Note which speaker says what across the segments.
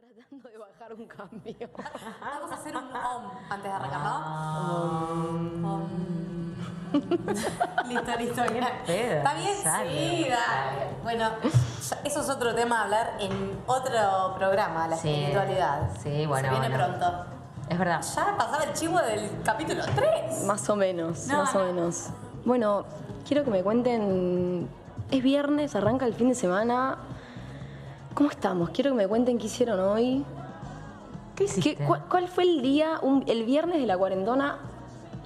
Speaker 1: tratando de bajar un cambio.
Speaker 2: Vamos a hacer un om antes de arrancar,
Speaker 3: Ah.
Speaker 2: ¿no? Om. listo, listo, mira.
Speaker 3: Pero,
Speaker 2: ¿Está bien?
Speaker 3: sale.
Speaker 2: Sí, dale. Bueno, ya- eso es otro tema a hablar en otro programa, la
Speaker 3: Sí.
Speaker 2: espiritualidad.
Speaker 3: Sí, bueno,
Speaker 2: Se viene
Speaker 3: bueno.
Speaker 2: pronto.
Speaker 3: Es verdad.
Speaker 2: Ya pasaba el chivo del capítulo 3.
Speaker 1: Más o menos,
Speaker 2: No,
Speaker 1: más
Speaker 2: no.
Speaker 1: o menos. Bueno, quiero que me cuenten. Es viernes, arranca el fin de semana. ¿Cómo estamos? Quiero que me cuenten qué hicieron hoy.
Speaker 3: ¿Qué hiciste?
Speaker 1: ¿Qué- cuál, cuál fue el día, un- el viernes de la cuarentona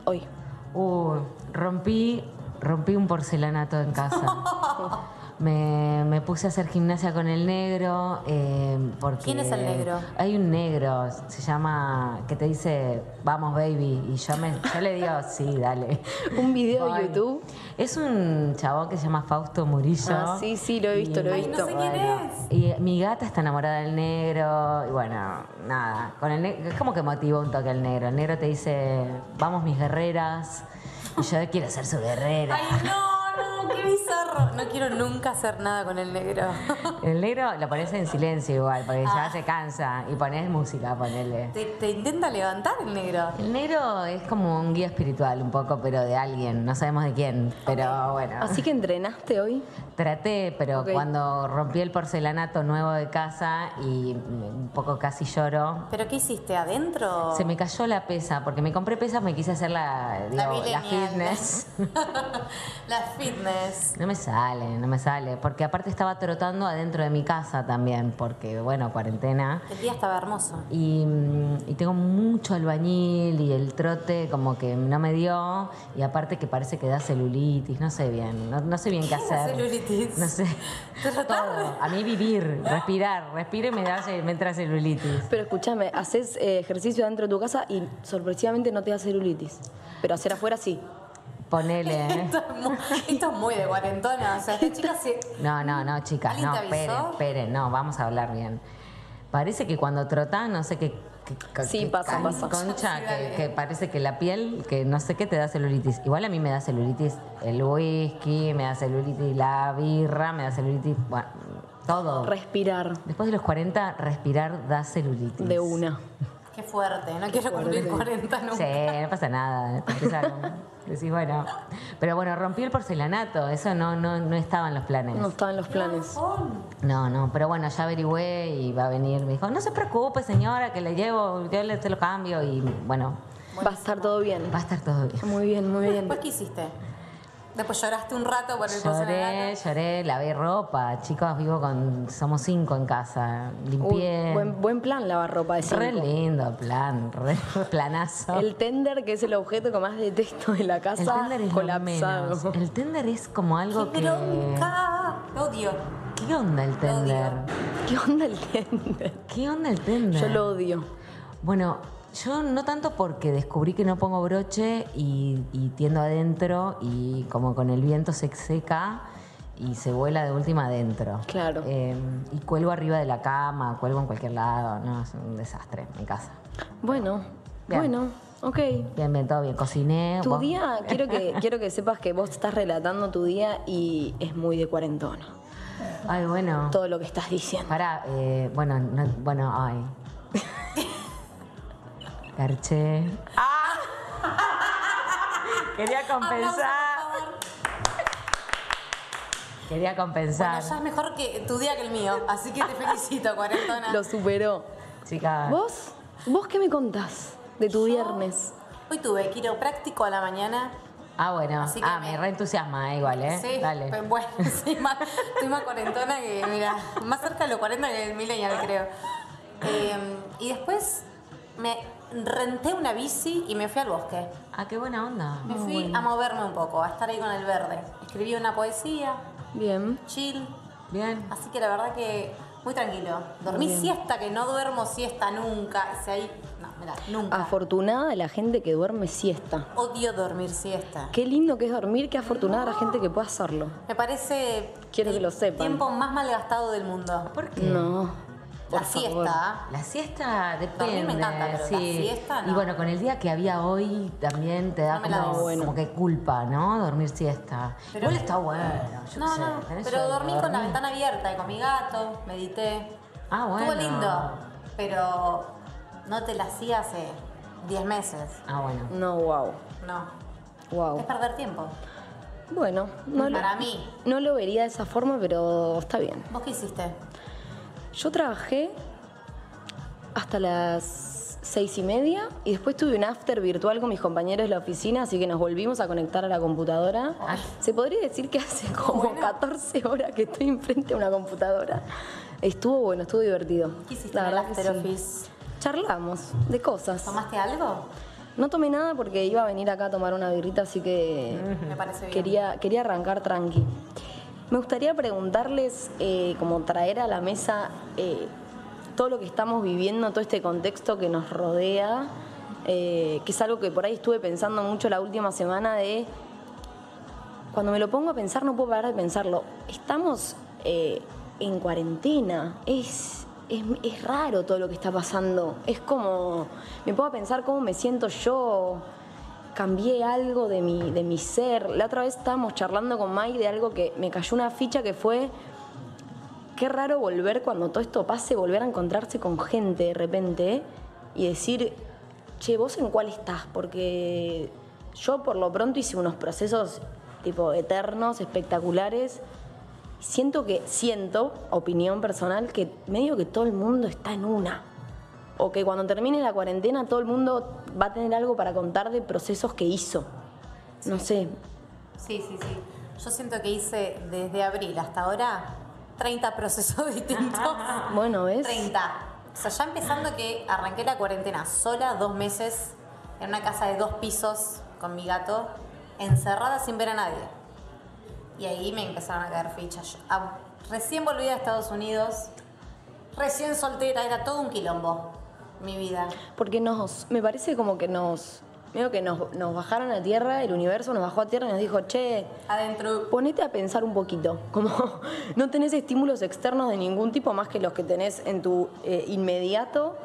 Speaker 1: hoy?
Speaker 3: Uh, rompí, rompí un porcelanato en casa. Me, me puse a hacer gimnasia con el negro. eh, porque
Speaker 2: ¿Quién es el negro?
Speaker 3: Hay un negro, se llama, que te dice, vamos baby. Y yo, me, yo le digo, sí, dale.
Speaker 1: Un video
Speaker 3: Voy.
Speaker 1: de YouTube.
Speaker 3: Es un chabón que se llama Fausto Murillo.
Speaker 1: Ah, sí, sí, lo he visto, lo he
Speaker 2: Ay, no
Speaker 1: visto.
Speaker 2: sé quién es.
Speaker 3: Y eh, mi gata está enamorada del negro. Y bueno, nada. Con el ne- es como que motiva un toque el negro. El negro te dice, vamos mis guerreras. Y yo quiero ser su guerrera.
Speaker 2: Ay, no, no, qué bizarro. No quiero nunca hacer nada con el negro.
Speaker 3: El negro lo pones en silencio igual, porque ya se cansa. Y pones música, ponele.
Speaker 2: Te, te intenta levantar el negro.
Speaker 3: El negro es como un guía espiritual un poco, pero de alguien. No sabemos de quién. Pero bueno.
Speaker 1: Así que entrenaste hoy.
Speaker 3: Traté, pero
Speaker 1: Ah, Ok.
Speaker 3: cuando rompí el porcelanato nuevo de casa y mm, un poco casi lloro,
Speaker 2: ¿Pero qué hiciste? ¿Adentro?
Speaker 3: Se me cayó la pesa, porque me compré pesas, me quise hacer la,
Speaker 2: La
Speaker 3: digo, la
Speaker 2: millennial.
Speaker 3: fitness.
Speaker 2: La fitness.
Speaker 3: No me sale, no me sale, porque aparte estaba trotando adentro de mi casa también, porque bueno, cuarentena.
Speaker 2: El día estaba hermoso.
Speaker 3: Y, mm, y tengo mucho albañil y el trote como que no me dio, y aparte que parece que da celulitis, no sé bien, no, no sé bien qué,
Speaker 2: es la
Speaker 3: hacer.
Speaker 2: celulitis?
Speaker 3: No sé.
Speaker 2: Trotar.
Speaker 3: Todo. A mí vivir, respirar, respiro y me, da, me entra celulitis.
Speaker 1: Pero escúchame, haces eh, ejercicio dentro de tu casa y sorpresivamente no te da celulitis. Pero hacer afuera sí.
Speaker 3: Ponele. ¿eh?
Speaker 2: Esto es muy, esto es muy de cuarentona. O sea, esta chica se.
Speaker 3: No, no, no, chicas,
Speaker 2: ¿Alguien
Speaker 3: no,
Speaker 2: te avisó?
Speaker 3: esperen, esperen, no, vamos a hablar bien. Parece que cuando trotás, no sé qué. qué- qué-
Speaker 1: Sí,
Speaker 3: qué
Speaker 1: pasa,
Speaker 3: can-
Speaker 1: pasa.
Speaker 3: Concha,
Speaker 2: Sí,
Speaker 3: que,
Speaker 2: dale.
Speaker 3: que parece que la piel, que no sé qué, te da celulitis. Igual a mí me da celulitis el whisky, me da celulitis la birra, me da celulitis, bueno, todo.
Speaker 1: Respirar
Speaker 3: Después de los 40, respirar da celulitis.
Speaker 1: de una.
Speaker 2: Qué fuerte. No quiero cumplir 40 nunca.
Speaker 3: Sí, no pasa nada. ¿eh? te empieza a- Decís, bueno. Pero bueno, rompí el porcelanato, eso no, no, no estaba en los planes.
Speaker 1: No estaban los planes.
Speaker 3: No, no, pero bueno, ya averigüé y va a venir. Me dijo, no se preocupe, señora, que le llevo, yo le te lo cambio y bueno,
Speaker 1: Va a estar todo bien.
Speaker 3: va a estar todo bien.
Speaker 1: Muy bien, muy bien.
Speaker 2: Después, ¿qué hiciste? Después lloraste un rato por el
Speaker 3: Lloré,
Speaker 2: porcelanato.
Speaker 3: lloré, lavé ropa. Chicos, vivo con. Somos cinco en casa.
Speaker 1: Uy,
Speaker 3: Limpié.
Speaker 1: buen, buen plan lavar ropa de
Speaker 3: re
Speaker 1: cinco.
Speaker 3: lindo plan, re planazo.
Speaker 1: El tender, que es el objeto que más detesto de la
Speaker 3: El
Speaker 1: casa,
Speaker 3: es lo
Speaker 1: colapsado.
Speaker 3: menos. El tender es como algo
Speaker 2: ¡Qué
Speaker 3: que.
Speaker 2: bronca! Te Odio.
Speaker 3: ¿Qué onda el tender?
Speaker 1: ¿Qué onda el tender?
Speaker 3: ¿Qué onda el tender?
Speaker 1: Yo lo odio.
Speaker 3: Bueno, yo no tanto porque descubrí que no pongo broche y, y tiendo adentro y como con el viento se seca y se vuela de última adentro.
Speaker 1: Claro.
Speaker 3: Eh, y cuelgo arriba de la cama, cuelgo en cualquier lado, no, es un desastre en casa.
Speaker 1: Bueno,
Speaker 3: Bien.
Speaker 1: bueno, ok.
Speaker 3: Bien, bien, todo bien, cociné.
Speaker 1: Tu
Speaker 3: vos-
Speaker 1: día, quiero que, quiero que sepas que vos estás relatando tu día y es muy de cuarentona.
Speaker 3: Ay, bueno.
Speaker 1: Todo lo que estás diciendo.
Speaker 3: Pará, eh, bueno, no- bueno, ay. Garché. ¡Ah! Quería compensar. Quería compensar.
Speaker 2: Bueno, ya es mejor que tu día que el mío. Así que te felicito,
Speaker 3: Ah.
Speaker 2: cuarentona.
Speaker 1: Lo superó.
Speaker 3: Chicas.
Speaker 1: ¿Vos? ¿Vos qué me contás de tu viernes?
Speaker 2: Hoy tuve quiropráctico a la mañana.
Speaker 3: Ah, bueno.
Speaker 2: Así que
Speaker 3: ah,
Speaker 2: me-
Speaker 3: me reentusiasma, eh, igual, ¿eh?
Speaker 2: Sí,
Speaker 3: Dale.
Speaker 2: pues bueno, sí, más, estoy más cuarentona que, mira, más cerca de los 40 que el millennial, creo. Eh, y después me renté una bici y me fui al bosque.
Speaker 3: Ah, qué buena onda.
Speaker 2: Me fui a moverme un poco, a estar ahí con el verde. Escribí una poesía,
Speaker 1: Bien.
Speaker 2: chill,
Speaker 3: Bien.
Speaker 2: así que la verdad que muy tranquilo. Dormí siesta, que no duermo siesta nunca. Si ahí, no, mira, nunca.
Speaker 1: Ah, Afortunada de la gente que duerme siesta.
Speaker 2: Odio dormir siesta.
Speaker 1: Qué lindo que es dormir, qué afortunada la gente que puede hacerlo.
Speaker 2: Me parece
Speaker 1: Quiero que
Speaker 2: el
Speaker 1: lo sepan.
Speaker 2: tiempo más malgastado del mundo.
Speaker 3: ¿Por qué?
Speaker 1: No. por
Speaker 2: La
Speaker 1: favor.
Speaker 2: siesta.
Speaker 3: La siesta depende.
Speaker 2: Dormir me encanta, pero la
Speaker 3: sí.
Speaker 2: siesta no.
Speaker 3: Y bueno, con el día que había hoy también te da
Speaker 2: No me la
Speaker 3: como,
Speaker 1: des.
Speaker 3: como que culpa, ¿no? Dormir siesta.
Speaker 2: Pero-
Speaker 3: Igual está bueno. Yo
Speaker 2: No,
Speaker 3: qué
Speaker 2: no,
Speaker 3: sé, tenés
Speaker 2: pero
Speaker 3: sueño,
Speaker 2: dormí con la
Speaker 3: dormí.
Speaker 2: ventana abierta y con mi gato, medité.
Speaker 3: Ah, bueno.
Speaker 2: Estuvo lindo. pero no te la hacía hace 10 meses.
Speaker 3: Ah, bueno.
Speaker 1: No, wow.
Speaker 2: No.
Speaker 1: Wow.
Speaker 2: Es perder tiempo.
Speaker 1: Bueno, no lo,
Speaker 2: Para mí.
Speaker 1: no lo vería de esa forma, pero está bien.
Speaker 2: ¿Vos qué hiciste?
Speaker 1: Yo trabajé hasta las seis y media y después tuve un after virtual con mis compañeros de la oficina, así que nos volvimos a conectar a la computadora.
Speaker 3: Ay.
Speaker 1: Se podría decir que hace como 14 horas que estoy enfrente a una computadora. Estuvo bueno, estuvo divertido.
Speaker 2: ¿Qué hiciste
Speaker 1: La
Speaker 2: en el
Speaker 1: verdad que
Speaker 2: after
Speaker 1: sí.
Speaker 2: office?
Speaker 1: Charlamos de cosas.
Speaker 2: ¿Tomaste algo?
Speaker 1: No tomé nada porque iba a venir acá a tomar una birrita, así que
Speaker 2: Me parece bien.
Speaker 1: quería, quería arrancar tranqui. Me gustaría preguntarles, eh, como traer a la mesa eh, todo lo que estamos viviendo, todo este contexto que nos rodea, eh, que es algo que por ahí estuve pensando mucho la última semana de, cuando me lo pongo a pensar no puedo parar de pensarlo. Estamos eh, en cuarentena, es, es, es raro todo lo que está pasando, es como, me pongo a pensar cómo me siento yo, cambié algo de mi, de mi ser. La otra vez estábamos charlando con Mike de algo que me cayó una ficha que fue, qué raro volver cuando todo esto pase, volver a encontrarse con gente de repente ¿eh? y decir, che, vos en cuál estás, porque yo por lo pronto hice unos procesos tipo eternos, espectaculares. Siento que, siento, opinión personal, que medio que todo el mundo está en una. O que cuando termine la cuarentena todo el mundo va a tener algo para contar de procesos que hizo. No sé,
Speaker 2: Sí, sí, sí. Yo siento que hice desde abril hasta ahora 30 procesos distintos.
Speaker 1: bueno, ¿ves?
Speaker 2: 30. O sea, ya empezando que arranqué la cuarentena sola dos meses en una casa de dos pisos con mi gato, encerrada sin ver a nadie. Y ahí me empezaron a caer fichas. Yo, ah, recién volví a Estados Unidos, recién soltera, era todo un quilombo mi vida.
Speaker 1: Porque nos, me parece como que nos, medio que nos, nos bajaron a tierra, el universo nos bajó a tierra y nos dijo, che,
Speaker 2: Adentro
Speaker 1: ponete a pensar un poquito. Como no tenés estímulos externos de ningún tipo más que los que tenés en tu eh, inmediato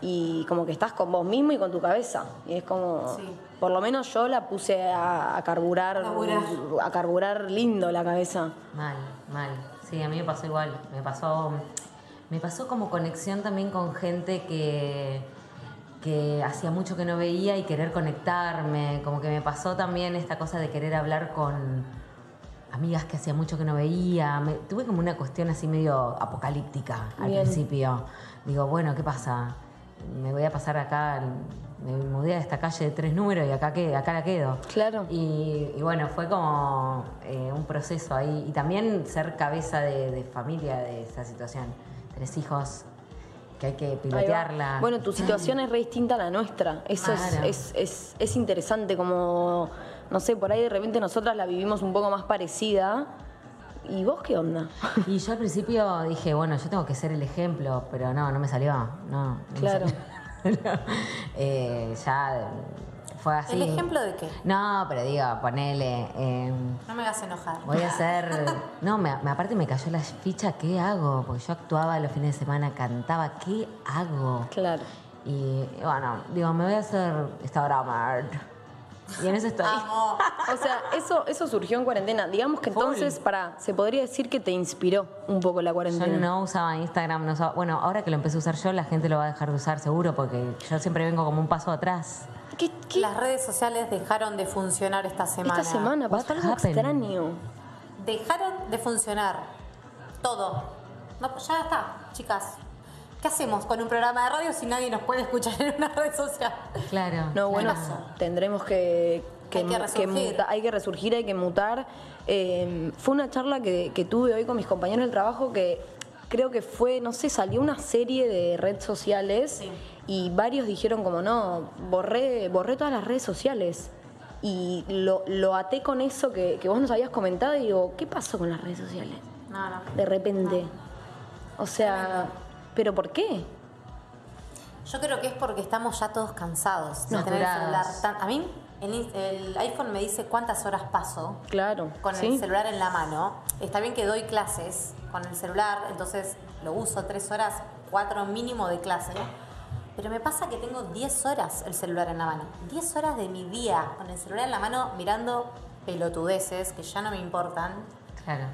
Speaker 1: y como que estás con vos mismo y con tu cabeza. Y es como,
Speaker 2: Sí.
Speaker 1: por lo menos yo la puse a, a carburar,
Speaker 2: Carburar.
Speaker 1: a carburar lindo la cabeza.
Speaker 3: Mal, mal. Sí, a mí me pasó igual. Me pasó, me pasó como conexión también con gente que, que hacía mucho que no veía y querer conectarme. Como que me pasó también esta cosa de querer hablar con amigas que hacía mucho que no veía. Me- tuve como una cuestión así medio apocalíptica al
Speaker 1: Bien.
Speaker 3: principio. Digo, bueno, ¿qué pasa? Me voy a pasar acá, me mudé a esta calle de tres números y acá, que, acá la quedo.
Speaker 1: Claro.
Speaker 3: Y, y bueno, fue como eh, un proceso ahí. Y también ser cabeza de, de familia de esa situación. Tres hijos que hay que
Speaker 1: Ahí va.
Speaker 3: pilotearla.
Speaker 1: Bueno, tu situación es re distinta a la nuestra. Eso es-
Speaker 3: Claro.
Speaker 1: es, es- es interesante, como, no sé, por ahí de repente nosotras la vivimos un poco más parecida. ¿Y vos qué onda?
Speaker 3: Y yo al principio dije, bueno, yo tengo que ser el ejemplo, pero no, no me salió. No, no me
Speaker 1: Claro.
Speaker 3: salió. Eh, ya fue así.
Speaker 2: ¿El ejemplo de qué?
Speaker 3: No, pero digo, ponele. em,
Speaker 2: No me hagas enojar.
Speaker 3: Voy a hacer. No, me, me- aparte me cayó la ficha, ¿qué hago? Porque yo actuaba los fines de semana, cantaba, ¿qué hago?
Speaker 1: Claro.
Speaker 3: Y bueno, digo, me voy a hacer Instagramer. Y en eso estoy.
Speaker 2: Amo.
Speaker 1: O sea, eso, eso surgió en cuarentena. Digamos que
Speaker 3: Full.
Speaker 1: entonces, para, se podría decir que te inspiró un poco la
Speaker 3: Yo
Speaker 1: cuarentena.
Speaker 3: no usaba Instagram, no usaba- Bueno, ahora que lo empecé a usar yo, la gente lo va a dejar de usar seguro, porque yo siempre vengo como un paso atrás.
Speaker 1: ¿Qué, qué-
Speaker 2: Las redes sociales dejaron de funcionar esta semana.
Speaker 1: esta semana
Speaker 3: What
Speaker 1: pasó algo
Speaker 3: happened?
Speaker 1: extraño.
Speaker 2: Dejaron de funcionar. Todo. No, ya está, chicas. ¿Qué hacemos con un programa de radio si nadie nos puede escuchar en una red social?
Speaker 3: Claro.
Speaker 1: No, bueno,
Speaker 2: pasó.
Speaker 1: tendremos que...
Speaker 2: Hay que resurgir.
Speaker 1: muta- hay que resurgir, hay que mutar. Eh, fue una charla que, que tuve hoy con mis compañeros del trabajo que creo que fue, no sé, salió una serie de redes sociales
Speaker 2: Sí.
Speaker 1: y varios dijeron como, no, borré, borré todas las redes sociales. Y lo, lo até con eso que, que vos nos habías comentado y digo, ¿qué pasó con las redes sociales?
Speaker 2: No, no.
Speaker 1: De repente.
Speaker 2: Ah.
Speaker 1: O sea, ¿pero por qué?
Speaker 2: Yo creo que es porque estamos ya todos cansados de tener el celular.
Speaker 3: Saturados.
Speaker 2: tan- A mí, el, in- el iPhone me dice cuántas horas paso
Speaker 1: Claro.
Speaker 2: con
Speaker 1: ¿sí?
Speaker 2: el celular en la mano. Está bien que doy clases con el celular, entonces lo uso tres horas, cuatro mínimo de clase. Pero me pasa que tengo 10 horas el celular en la mano. 10 horas de mi día con el celular en la mano mirando pelotudeces que ya no me importan.
Speaker 3: Claro.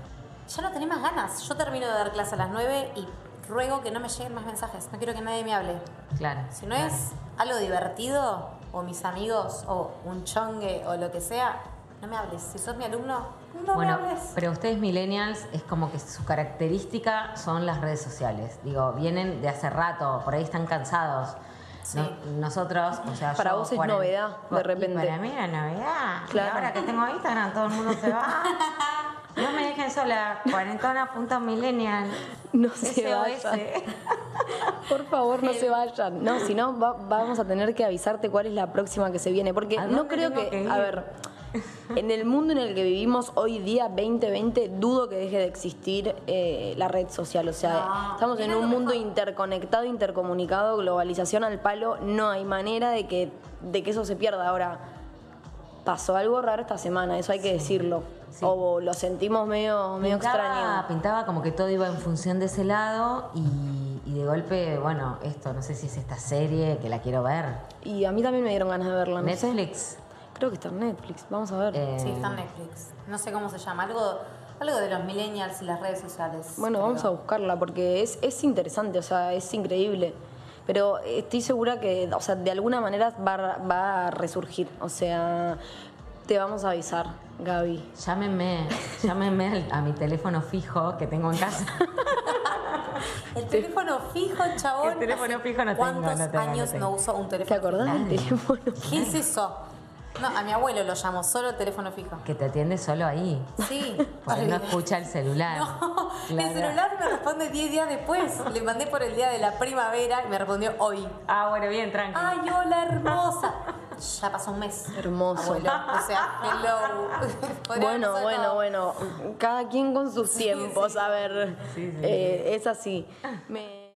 Speaker 2: Ya no tenés más ganas. Yo termino de dar clase a las 9 y ruego que no me lleguen más mensajes. No quiero que nadie me hable.
Speaker 3: Claro.
Speaker 2: Si no
Speaker 3: claro.
Speaker 2: es algo divertido, o mis amigos, o un chongue, o lo que sea, no me hables. Si sos mi alumno, no
Speaker 3: bueno,
Speaker 2: me hables.
Speaker 3: pero ustedes millennials es como que su característica son las redes sociales. Digo, vienen de hace rato, por ahí están cansados.
Speaker 2: Sí.
Speaker 3: No- nosotros, o sea,
Speaker 1: Para
Speaker 3: yo,
Speaker 1: vos es
Speaker 3: cuaren-
Speaker 1: novedad, de
Speaker 3: Y
Speaker 1: repente.
Speaker 3: Para mí era novedad.
Speaker 1: Claro.
Speaker 3: Y ahora que tengo Instagram, todo el mundo se va. No me dejen sola, cuarentona.millennial.
Speaker 1: No se
Speaker 3: SOS.
Speaker 1: vayan. Por favor, no se vayan. No, si no, va- vamos a tener que avisarte cuál es la próxima que se viene. Porque
Speaker 3: ¿A
Speaker 1: no
Speaker 3: dónde
Speaker 1: creo
Speaker 3: tengo
Speaker 1: que.
Speaker 3: que ir?
Speaker 1: a ver, en el mundo en el que vivimos hoy día, 2020, dudo que deje de existir eh, la red social. O sea,
Speaker 2: No,
Speaker 1: estamos en
Speaker 2: mira lo
Speaker 1: un mundo
Speaker 2: mejor.
Speaker 1: interconectado, intercomunicado, globalización al palo. No hay manera de que, de que eso se pierda. Ahora, pasó algo raro esta semana, eso hay que decirlo.
Speaker 3: sí.
Speaker 1: O lo sentimos medio, medio extraño.
Speaker 3: Pintaba como que todo iba en función de ese lado y, y de golpe, bueno, esto, no sé si es esta serie que la quiero ver.
Speaker 1: Y a mí también me dieron ganas de verla. No sé.
Speaker 3: Netflix.
Speaker 1: Creo que está en Netflix, vamos a ver.
Speaker 3: eh,
Speaker 2: Sí, está en Netflix. No sé cómo se llama. Algo, algo de los millennials y las redes sociales.
Speaker 1: bueno, vamos a buscarla porque es, es interesante, o sea, es increíble. Pero eh, estoy segura que, o sea, de alguna manera va, a- va a resurgir. O sea, te vamos a avisar, Gaby.
Speaker 3: Llámenme, llámenme al- a mi teléfono fijo que tengo en casa.
Speaker 2: El teléfono fijo, chabón.
Speaker 3: El teléfono
Speaker 2: hace
Speaker 3: fijo no tengo,
Speaker 2: ¿Cuántos
Speaker 3: no tengo, no
Speaker 2: años
Speaker 3: tengo.
Speaker 2: no uso un
Speaker 1: ¿Te
Speaker 2: teléfono
Speaker 1: acordás del teléfono?
Speaker 2: fijo? ¿Qué es eso? No, a mi abuelo lo llamo, solo teléfono fijo.
Speaker 3: Que te atiende solo ahí.
Speaker 2: Sí.
Speaker 3: Porque no escucha el celular.
Speaker 2: No,
Speaker 3: Claro.
Speaker 2: el celular me responde 10 días después. Le mandé por el día de la primavera y me respondió hoy.
Speaker 3: Ah, bueno, bien, tranqui.
Speaker 2: ¡Ay, hola, hermosa! Ya pasó un mes.
Speaker 1: Hermoso.
Speaker 2: Abuelo. O sea, hello. Podría
Speaker 1: Bueno,
Speaker 2: haber
Speaker 1: bueno,
Speaker 2: pasado.
Speaker 1: bueno. Cada quien con sus tiempos. A ver,
Speaker 3: Sí, Ah. sí,
Speaker 1: eh, es así. Me-